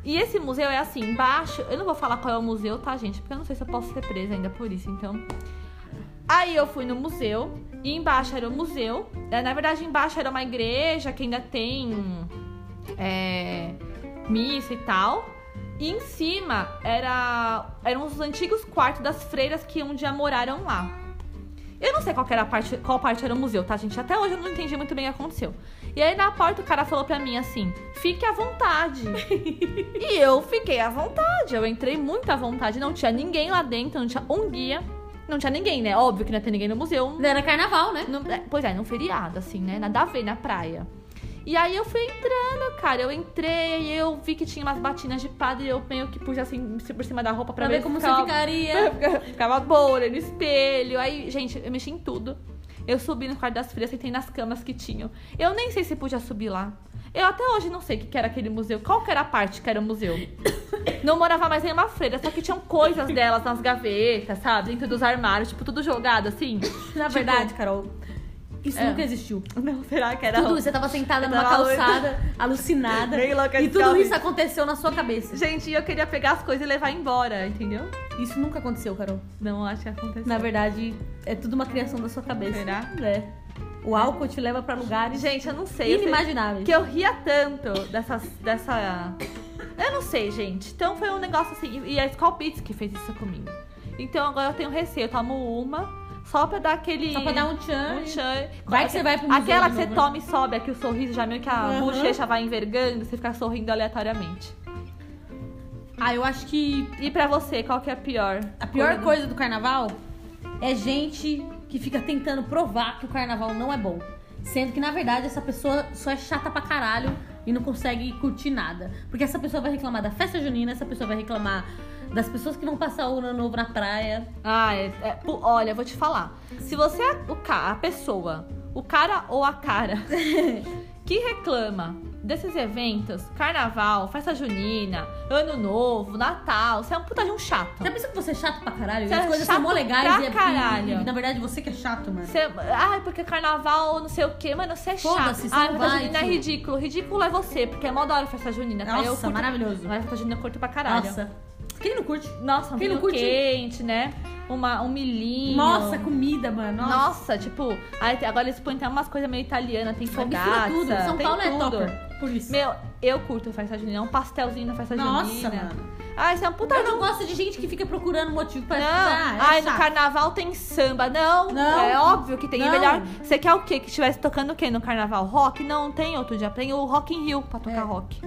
Speaker 1: E esse museu é assim, embaixo. Eu não vou falar qual é o museu, tá, gente? Porque eu não sei se eu posso ser presa ainda por isso, então. Aí eu fui no museu, e embaixo era o museu. É, Na verdade, embaixo era uma igreja que ainda tem é, missa e tal. E em cima era, eram os antigos quartos das freiras que um dia moraram lá. Eu não sei qual, que era a parte, qual parte era o museu, tá, gente? Até hoje eu não entendi muito bem o que aconteceu. E aí na porta o cara falou pra mim assim: fique à vontade. e eu fiquei à vontade. Eu entrei muito à vontade. Não tinha ninguém lá dentro, não tinha um guia. Não tinha ninguém, né? Óbvio que não ia ter ninguém no museu.
Speaker 2: Não era carnaval, né?
Speaker 1: No- é, pois é, num feriado, assim, né? Nada a ver na praia. E aí eu fui entrando, cara. Eu entrei, eu vi que tinha umas batinas de padre. Eu meio que pus assim por cima da roupa pra, É.
Speaker 2: Pra ver como
Speaker 1: se
Speaker 2: você ficaria.
Speaker 1: Ficava bolha no espelho. Aí, gente, eu mexi em tudo. Eu subi no quarto das frias, sentei nas camas que tinham. Eu nem sei se podia subir lá. Eu até hoje não sei o que que era aquele museu. Qual que era a parte que era o museu? Não morava mais nenhuma freira, só que tinham coisas delas nas gavetas, sabe? Dentro dos armários, tipo, tudo jogado assim.
Speaker 2: Na
Speaker 1: Tipo,
Speaker 2: verdade, Carol, isso
Speaker 1: É.
Speaker 2: nunca existiu.
Speaker 1: Não, será que era. um?
Speaker 2: Tudo isso, você tava sentada
Speaker 1: Eu
Speaker 2: numa
Speaker 1: tava muito-
Speaker 2: calçada, alucinada.
Speaker 1: Meio louca
Speaker 2: E
Speaker 1: de calça.
Speaker 2: tudo isso aconteceu na sua cabeça.
Speaker 1: Gente, eu queria pegar as coisas e levar embora, entendeu?
Speaker 2: Isso nunca aconteceu, Carol.
Speaker 1: Não acho que aconteceu.
Speaker 2: Na verdade, é tudo uma criação da sua cabeça.
Speaker 1: Será?
Speaker 2: É. O álcool te leva pra lugares
Speaker 1: Gente, eu não sei. eu sei-
Speaker 2: inimagináveis.
Speaker 1: Que eu ria tanto dessa. dessa... Eu não sei, gente. Então foi um negócio assim. E a Skull Beats que fez isso comigo. Então agora eu tenho receio. Eu tomo uma só pra dar aquele.
Speaker 2: Só pra dar um tchan.
Speaker 1: um tchan.
Speaker 2: Vai que você vai pro museu
Speaker 1: Aquela
Speaker 2: de
Speaker 1: que você
Speaker 2: novo, né?
Speaker 1: toma e sobe aqui o sorriso, já meio que a
Speaker 2: Aham.
Speaker 1: bochecha vai envergando, você fica sorrindo aleatoriamente.
Speaker 2: Ah, eu acho que
Speaker 1: E pra você, qual que é a pior?
Speaker 2: a pior coisa do carnaval é gente que fica tentando provar que o carnaval não é bom. Sendo que, na verdade, essa pessoa só é chata pra caralho e não consegue curtir nada. Porque essa pessoa vai reclamar da festa junina, essa pessoa vai reclamar das pessoas que vão passar o ano novo na praia.
Speaker 1: Ah, é, é- pu- olha, eu vou te falar. Se você é o ca- a pessoa, o cara ou a cara que reclama desses eventos, carnaval, festa junina, ano novo, Natal, você é um puta de um chato.
Speaker 2: Já pensou que você é chato pra caralho?
Speaker 1: Você
Speaker 2: e as
Speaker 1: é
Speaker 2: coisas
Speaker 1: chato
Speaker 2: são mó legais
Speaker 1: pra
Speaker 2: e, é,
Speaker 1: caralho.
Speaker 2: e, na verdade, você que é chato, mano.
Speaker 1: Você, ai, porque carnaval, não sei o quê, mano, você é chato.
Speaker 2: Foda-se, um você
Speaker 1: Ai,
Speaker 2: não
Speaker 1: festa
Speaker 2: vai,
Speaker 1: junina é
Speaker 2: filho.
Speaker 1: ridículo. Ridículo é você, porque é mó da hora festa junina. tá? eu
Speaker 2: Nossa,
Speaker 1: curto,
Speaker 2: maravilhoso.
Speaker 1: Mas festa junina eu curto pra caralho.
Speaker 2: Nossa. Quem não curte?
Speaker 1: Nossa um
Speaker 2: Quem não
Speaker 1: vinho
Speaker 2: curte?
Speaker 1: quente, né? Uma, um milhinho.
Speaker 2: Nossa, comida, mano. Nossa.
Speaker 1: Nossa, tipo, aí te- agora eles põem até umas coisas meio italiana, tem
Speaker 2: Mistura
Speaker 1: fogata,
Speaker 2: tudo. São
Speaker 1: tem
Speaker 2: Paulo é
Speaker 1: tudo.
Speaker 2: topper. Por isso.
Speaker 1: Meu, eu curto festa junina, um pastelzinho na festa
Speaker 2: Nossa,
Speaker 1: junina.
Speaker 2: mano.
Speaker 1: Ai, isso é um puta
Speaker 2: Eu
Speaker 1: de um-
Speaker 2: não gosto de gente que fica procurando motivo pra
Speaker 1: Não.
Speaker 2: Ah, é
Speaker 1: Ai, no
Speaker 2: chato.
Speaker 1: carnaval tem samba. Não,
Speaker 2: Não.
Speaker 1: é óbvio que tem. E
Speaker 2: Não.
Speaker 1: melhor, você quer o quê? Que estivesse tocando o quê no carnaval? Rock? Não, tem outro dia. Tem o Rock in Rio pra tocar
Speaker 2: É.
Speaker 1: rock.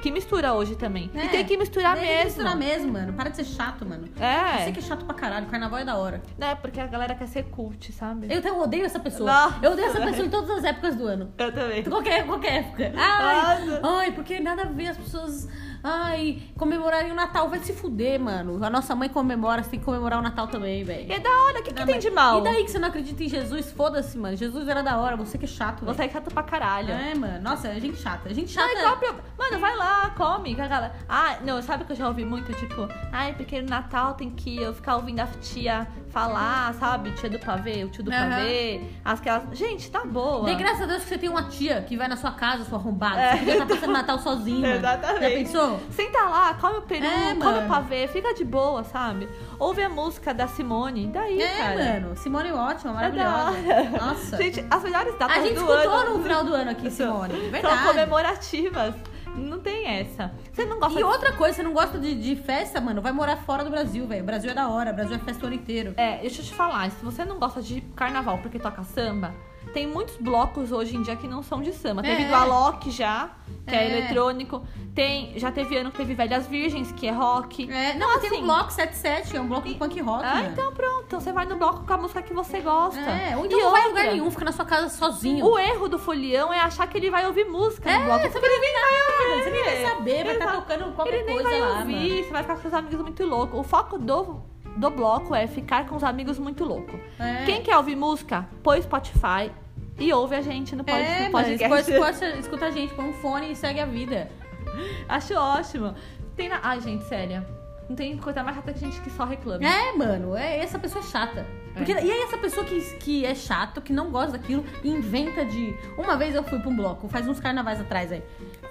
Speaker 1: Que mistura hoje também.
Speaker 2: É.
Speaker 1: E tem que misturar
Speaker 2: Tem que
Speaker 1: mesmo.
Speaker 2: misturar mesmo, mano. Para de ser chato, mano.
Speaker 1: É.
Speaker 2: Você que é chato pra caralho. Carnaval é da hora.
Speaker 1: É, porque a galera quer ser cult, sabe?
Speaker 2: Eu até odeio essa pessoa.
Speaker 1: Nossa.
Speaker 2: Eu odeio essa pessoa em todas as épocas do ano.
Speaker 1: Eu também.
Speaker 2: Qualquer, qualquer época. Ai,
Speaker 1: Nossa.
Speaker 2: ai, porque nada a ver as pessoas. Ai, comemorarem o Natal. Vai se fuder, mano. A nossa mãe comemora, você tem que comemorar o Natal também, velho.
Speaker 1: E é da hora, o que, que
Speaker 2: Não,
Speaker 1: tem
Speaker 2: mas-
Speaker 1: de mal?
Speaker 2: E daí que você não acredita em Jesus? Foda-se, mano. Jesus era da hora, você que é chato, velho.
Speaker 1: Você é chato pra caralho.
Speaker 2: É, mano. Nossa, é gente chata. Gente chata.
Speaker 1: Ai, qual o pro- Mano, vai lá, come, com a galera. Ah, não, sabe o que eu já ouvi muito? Tipo, ai, porque no Natal tem que eu ficar ouvindo a tia falar, sabe? Tia do pavê, o tio do
Speaker 2: Uhum. Aham.
Speaker 1: pavê. As que elas... Gente, tá boa.
Speaker 2: Dê graças a Deus que você tem uma tia que vai na sua casa, sua arrombada.
Speaker 1: É.
Speaker 2: Você podia estar passando Natal sozinha. mano.
Speaker 1: Exatamente.
Speaker 2: Já pensou?
Speaker 1: Senta lá, come o peru,
Speaker 2: É,
Speaker 1: come
Speaker 2: mano.
Speaker 1: o pavê, fica de boa, sabe? Ouve a música da Simone, daí,
Speaker 2: é,
Speaker 1: cara.
Speaker 2: mano. Simone é ótima,
Speaker 1: É da
Speaker 2: maravilhosa.
Speaker 1: hora.
Speaker 2: Nossa.
Speaker 1: Gente, as melhores datas
Speaker 2: a gente
Speaker 1: do
Speaker 2: escutou
Speaker 1: ano
Speaker 2: no final do ano aqui, Simone.
Speaker 1: são
Speaker 2: Verdade.
Speaker 1: comemorativas. Não tem essa. Você não gosta
Speaker 2: E
Speaker 1: de...
Speaker 2: outra coisa, você não gosta de, de festa, mano? Vai morar fora do Brasil, velho. O Brasil é da hora, o Brasil é festa o ano inteiro.
Speaker 1: É, deixa eu te falar, se você não gosta de carnaval porque toca samba, tem muitos blocos hoje em dia que não são de samba. Teve
Speaker 2: É.
Speaker 1: do Alok já, que é,
Speaker 2: É.
Speaker 1: eletrônico. Tem, já teve ano que teve Velhas Virgens, que é rock.
Speaker 2: É, não, tem
Speaker 1: assim-
Speaker 2: um bloco 77, que é um bloco de punk rock.
Speaker 1: Ah,
Speaker 2: mano.
Speaker 1: então pronto. Você vai no bloco com a música que você gosta.
Speaker 2: É, ou
Speaker 1: E
Speaker 2: então não vai a
Speaker 1: outra,
Speaker 2: lugar nenhum, fica na sua casa sozinho.
Speaker 1: O erro do folião é achar que ele vai ouvir música
Speaker 2: É,
Speaker 1: no bloco. Porque ele nem vai ouvir.
Speaker 2: Você nem vai saber, vai estar
Speaker 1: Exato.
Speaker 2: tocando qualquer
Speaker 1: Ele nem
Speaker 2: coisa
Speaker 1: vai
Speaker 2: lá,
Speaker 1: ouvir,
Speaker 2: mano.
Speaker 1: você vai ficar com seus amigos muito louco. O foco do, do bloco é ficar com os amigos muito louco.
Speaker 2: É.
Speaker 1: Quem quer ouvir música, põe Spotify e ouve a gente no, pod,
Speaker 2: É,
Speaker 1: no
Speaker 2: mas
Speaker 1: podcast.
Speaker 2: depois escuta, escuta a gente, põe um fone e segue a vida.
Speaker 1: Acho ótimo. Tem na... Ai, gente, sério. Não tem coisa mais chata que gente que só reclama.
Speaker 2: É, mano, é, essa pessoa é chata. Porque, E aí essa pessoa que, que é chato, que não gosta daquilo, e inventa de... Uma vez eu fui pra um bloco, faz uns carnavais atrás aí.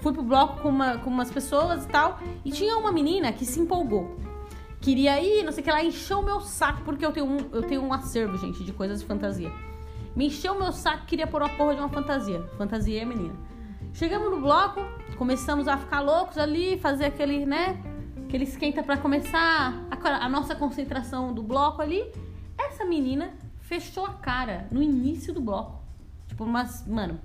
Speaker 2: Fui pro bloco com, uma, com umas pessoas e tal, e tinha uma menina que se empolgou. Queria ir, não sei o que, ela encheu o meu saco, porque eu tenho um, eu tenho um acervo, gente, de coisas de fantasia. Me encheu o meu saco, queria pôr uma porra de uma fantasia. Fantasia é menina. Chegamos no bloco, começamos a ficar loucos ali, fazer aquele, né? Aquele esquenta pra começar a, co- a nossa concentração do bloco ali. Essa menina fechou a cara no início do bloco. Tipo, umas, mano,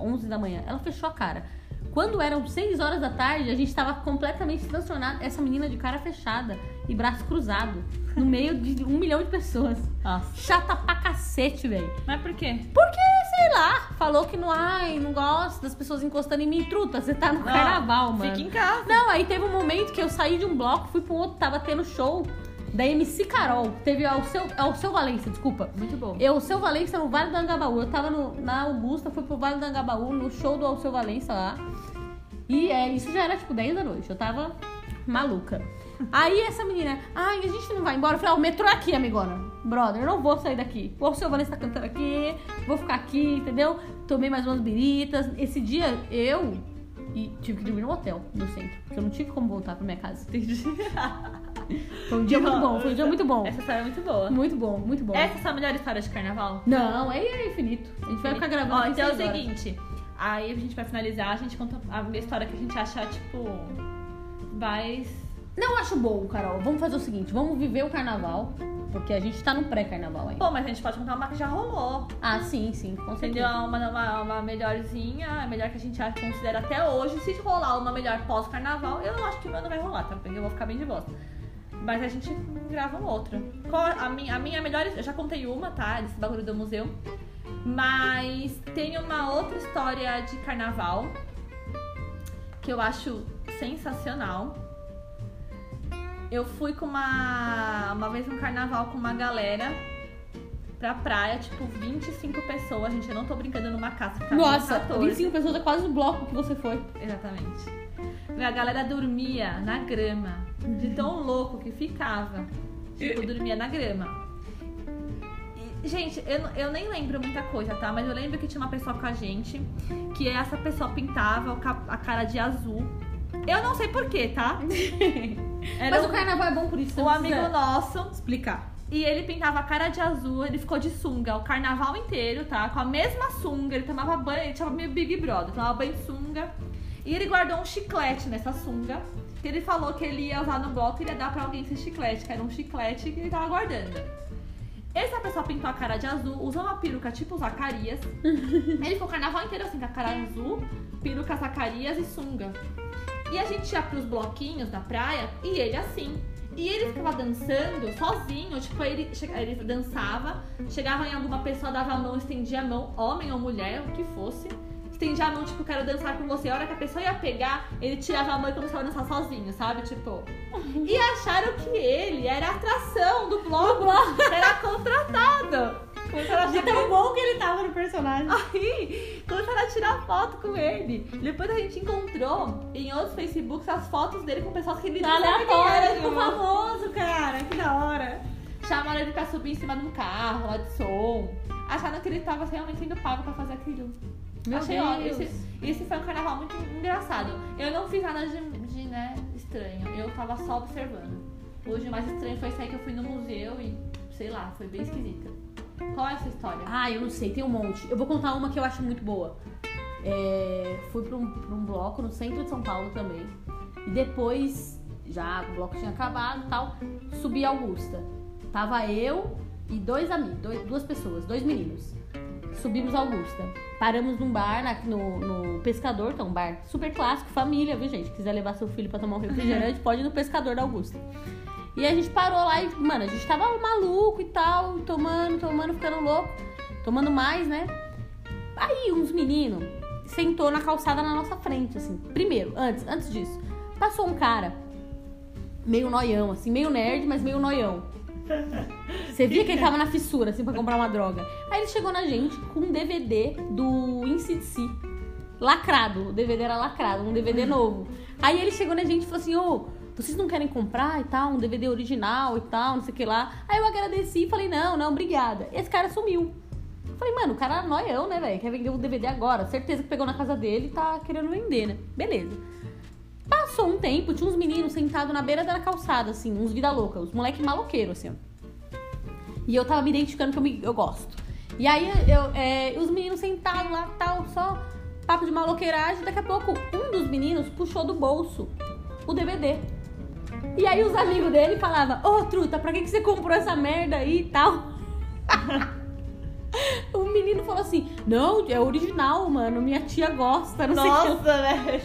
Speaker 2: 11 da manhã. Ela fechou a cara. Quando eram 6 horas da tarde, a gente tava completamente transtornado. Essa menina de cara fechada e braço cruzado. No meio de um milhão de pessoas.
Speaker 1: Nossa.
Speaker 2: Chata pra cacete, velho.
Speaker 1: Mas por quê?
Speaker 2: Porque, sei lá, falou que não, ai, não gosta das pessoas encostando em mim. Truta, você tá no carnaval, mano.
Speaker 1: Ah, Fica em casa.
Speaker 2: Não, aí teve um momento que eu saí de um bloco, fui pro outro, tava tendo show da MC Carol. Teve ao seu, ao seu Valência, desculpa.
Speaker 1: Muito bom.
Speaker 2: Eu, Alceu Valença no Vale do Angabaú. Eu tava no- na Augusta, fui pro Vale do Angabaú, no show do Alceu Valença lá. E é, isso já era tipo 10 da noite. Eu tava maluca. Aí essa menina, ai, a gente não vai embora. Eu falei, ó, o metrô é aqui, amigona. Brother, eu não vou sair daqui. O Alceu Valença tá cantando aqui, vou ficar aqui, entendeu? Tomei mais umas biritas. Esse dia eu e tive que dormir no hotel no centro, porque eu não tive como voltar pra minha casa.
Speaker 1: Entendi.
Speaker 2: Foi um dia muito bom, foi um dia muito bom.
Speaker 1: Essa história é muito boa.
Speaker 2: Muito bom, muito bom.
Speaker 1: Essa é a sua melhor história de carnaval?
Speaker 2: Não, aí é infinito. A gente vai ficar gravando.
Speaker 1: Ó,
Speaker 2: aqui
Speaker 1: então é o
Speaker 2: seis horas.
Speaker 1: seguinte. Aí a gente vai finalizar, a gente conta a minha história que a gente achar, tipo, mais.
Speaker 2: Não acho bom, Carol. Vamos fazer o seguinte: vamos viver o carnaval. Porque a gente tá no pré-carnaval ainda.
Speaker 1: Pô, mas a gente pode contar uma que já rolou.
Speaker 2: Ah, sim, sim, com
Speaker 1: Entendeu?
Speaker 2: certeza.
Speaker 1: Uma, uma, uma melhorzinha, a melhor que a gente acha- considera até hoje. Se rolar uma melhor pós-carnaval, eu acho que o meu não vai rolar, tá? Porque eu vou ficar bem de bosta. Mas a gente grava um outro. Qual a, minha, a minha melhor. Eu já contei uma, tá? Desse bagulho do museu. Mas tem uma outra história de carnaval que eu acho sensacional. Eu fui com uma. Uma vez no carnaval com uma galera pra praia, tipo, 25 pessoas. Gente, eu não tô brincando numa casa. tá? ficava
Speaker 2: Nossa,
Speaker 1: 14.
Speaker 2: 25 pessoas é quase o bloco que você foi.
Speaker 1: Exatamente. A galera dormia na grama, de tão louco que ficava. Tipo, dormia na grama. E, gente, eu, não- eu nem lembro muita coisa, tá? Mas eu lembro que tinha uma pessoa com a gente, que essa pessoa pintava o cap- a cara de azul. Eu não sei porquê, tá? Era
Speaker 2: Mas
Speaker 1: um-
Speaker 2: o carnaval é bom por isso. você
Speaker 1: um
Speaker 2: não
Speaker 1: amigo
Speaker 2: precisa
Speaker 1: nosso.
Speaker 2: explicar.
Speaker 1: E ele pintava a cara de azul, ele ficou de sunga o carnaval inteiro, tá? Com a mesma sunga, ele tomava banho, ele tinha meio Big Brother, tomava banho de sunga. E ele guardou um chiclete nessa sunga, que ele falou que ele ia usar no bloco e ia dar pra alguém esse chiclete, que era um chiclete que ele tava guardando. Essa pessoa pintou a cara de azul, usou uma peruca tipo Zacarias. ele ficou o carnaval inteiro assim, com a cara azul, peruca Zacarias e sunga. E a gente ia pros bloquinhos da praia e ele assim. E ele ficava dançando sozinho, tipo, ele, che- ele dançava, chegava em alguma pessoa, dava a mão, estendia a mão, homem ou mulher, o que fosse. Estendia a mão, tipo, quero dançar com você. A hora que a pessoa ia pegar, ele tirava a mão e começava a dançar sozinho, sabe? Tipo. E acharam que ele era a atração do bloco, era contratado. Começaram a achar que
Speaker 2: tão bom que ele tava no personagem.
Speaker 1: Ah, Aí começaram a tirar foto com ele. Depois a gente encontrou em outros Facebooks as fotos dele com pessoas que ele não sabia quem era,
Speaker 2: Tá Aleatório,
Speaker 1: tipo,
Speaker 2: ficou famoso, cara. Que da hora.
Speaker 1: Chamaram ele pra subir em cima de um carro lá de som. Acharam que ele tava realmente sendo pago pra fazer aquilo.
Speaker 2: Meu
Speaker 1: Achei
Speaker 2: Deus.
Speaker 1: ótimo. Esse, esse foi um carnaval muito engraçado. Eu não fiz nada de, de, né, estranho. Eu tava só observando. Hoje o mais estranho foi sair que eu fui no museu e, sei lá, foi bem esquisita. Qual é essa história?
Speaker 2: Ah, eu não sei, tem um monte. Eu vou contar uma que eu acho muito boa. É, fui pra um, pra um bloco no centro de São Paulo também. E depois, já o bloco tinha acabado e tal, subi a Augusta. Tava eu e dois amigos, dois- duas pessoas, dois meninos. Subimos a Augusta. Paramos num bar, na- no, no Pescador, que é um bar super clássico, família, viu, gente? Quiser levar seu filho pra tomar um refrigerante, pode ir no Pescador da Augusta. E a gente parou lá e, mano, a gente tava maluco e tal, tomando, tomando, ficando louco, tomando mais, né? Aí uns meninos sentou na calçada na nossa frente, assim. Primeiro, antes, antes disso, passou um cara meio noião, assim, meio nerd, mas meio noião. Você via que ele tava na fissura, assim, pra comprar uma droga. Aí ele chegou na gente com um DVD do InCDC. Lacrado. O DVD era lacrado, um DVD novo. Aí ele chegou na gente e falou assim, ô, vocês não querem comprar e tal, um DVD original e tal, não sei o que lá. Aí eu agradeci e falei, não, não, obrigada. Esse cara sumiu. Falei, mano, o cara é noião, né, velho? Quer vender o DVD agora. Certeza que pegou na casa dele e tá querendo vender, né? Beleza. Passou um tempo, tinha uns meninos sentados na beira da calçada, assim, uns vida louca, uns moleque maloqueiro, assim, ó. E eu tava me identificando que eu, me- eu gosto. E aí eu, é, os meninos sentados lá, tal, só papo de maloqueiragem. Daqui a pouco, um dos meninos puxou do bolso o DVD. E aí os amigos dele falavam, ô truta, pra que, que você comprou essa merda aí e tal? o menino falou assim, não, é original, mano, minha tia gosta, não sei o que. lá."
Speaker 3: Nossa, né?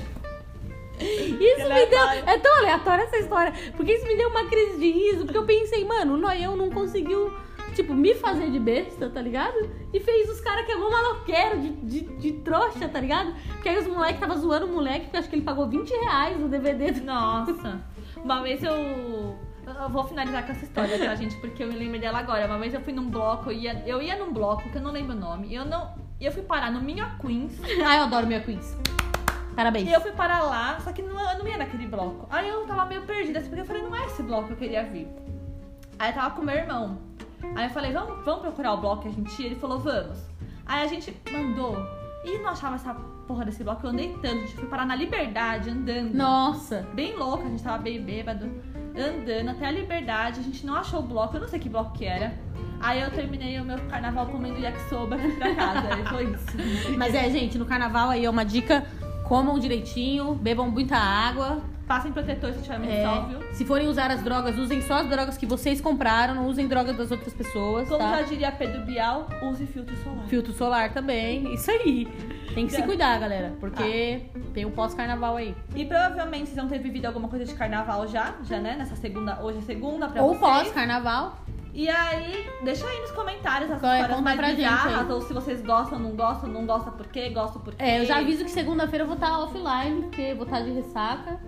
Speaker 2: Isso me deu.
Speaker 3: aleatório.
Speaker 2: É tão aleatória essa história. Porque isso me deu uma crise de riso. Porque eu pensei, mano, o Noião não conseguiu, tipo, me fazer de besta, tá ligado? E fez os caras que é mó maloqueiro, de, de, de trouxa, tá ligado? Porque aí os moleques tava zoando o moleque, porque eu acho que ele pagou 20 reais no DVD. do-
Speaker 1: Nossa. Uma vez eu. Eu vou finalizar com essa história, tá, gente? Porque eu me lembro dela agora. Uma vez eu fui num bloco, eu ia, eu ia num bloco que eu não lembro o nome. e Eu não. E eu fui parar no Minha Queens.
Speaker 2: Ai, eu adoro minha quiz. Parabéns.
Speaker 1: E eu fui parar lá, só que não, eu não ia naquele bloco. Aí eu tava meio perdida, assim, porque eu falei, não é esse bloco que eu queria vir. Aí eu tava com meu irmão. Aí eu falei, vamos, vamos procurar o bloco que a gente ia? Ele falou, vamos. Aí a gente mandou. E não achava essa porra desse bloco, eu andei tanto. A gente foi parar na Liberdade, andando
Speaker 2: Nossa.
Speaker 1: bem louca, a gente tava bem bêbado, andando até a liberdade, a gente não achou o bloco, eu não sei que bloco que era. Aí eu terminei o meu carnaval comendo yakisoba aqui pra casa, aí foi isso.
Speaker 2: Mas é, gente, no carnaval aí é uma dica. Comam direitinho, bebam muita água.
Speaker 1: Passem protetor se tiver
Speaker 2: É,
Speaker 1: mensal, viu?
Speaker 2: se forem usar as drogas, usem só as drogas que vocês compraram, não usem drogas das outras pessoas,
Speaker 1: Como
Speaker 2: tá?
Speaker 1: já diria Pedro Bial, use filtro solar.
Speaker 2: Filtro solar também, isso aí. Tem que se cuidar, galera, porque
Speaker 1: Tá.
Speaker 2: tem o pós-carnaval aí.
Speaker 1: E provavelmente vocês vão ter vivido alguma coisa de carnaval já, já né? Nessa segunda, hoje é segunda pra
Speaker 2: Ou
Speaker 1: vocês.
Speaker 2: pós-carnaval.
Speaker 1: E aí, deixa aí nos comentários as
Speaker 2: Qual é?
Speaker 1: histórias
Speaker 2: Conta
Speaker 1: mais
Speaker 2: pra gente
Speaker 1: bizarras,
Speaker 2: aí.
Speaker 1: ou se vocês gostam, não gostam, não gostam por quê, gostam por quê.
Speaker 2: É, eu já aviso que segunda-feira eu vou estar offline, porque vou estar de ressaca.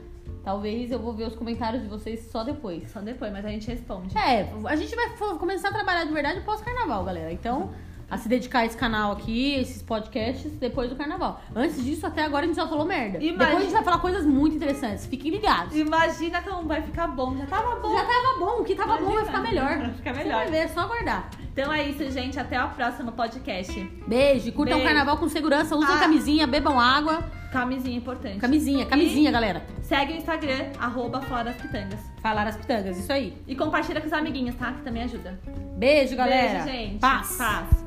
Speaker 2: Talvez eu vou ver os comentários de vocês só depois.
Speaker 1: Só depois, mas a gente responde.
Speaker 2: É, a gente vai fo- começar a trabalhar de verdade pós-carnaval, galera. Então, a se dedicar a esse canal aqui, esses podcasts, depois do carnaval. Antes disso, até agora a gente só falou merda.
Speaker 1: Imagina-
Speaker 2: Depois a gente vai falar coisas muito interessantes. Fiquem ligados.
Speaker 1: Imagina como vai ficar bom, já tava bom.
Speaker 2: Já tava bom, o que tava bom vai ficar melhor.
Speaker 1: Vai ficar
Speaker 2: Você
Speaker 1: melhor.
Speaker 2: vai ver, é só aguardar.
Speaker 1: Então é isso, gente. Até o próximo podcast.
Speaker 2: Beijo, curtam o
Speaker 1: Beijo.
Speaker 2: carnaval com segurança, usem
Speaker 1: Ah.
Speaker 2: camisinha, bebam água.
Speaker 1: Camisinha importante.
Speaker 2: Camisinha, camisinha, galera.
Speaker 1: Segue o Instagram, arroba Fora das Pitangas.
Speaker 2: Falar as pitangas, isso aí.
Speaker 1: E compartilha com os amiguinhos, tá? Que também ajuda.
Speaker 2: Beijo, galera.
Speaker 1: Beijo, gente.
Speaker 2: Paz.
Speaker 1: Paz.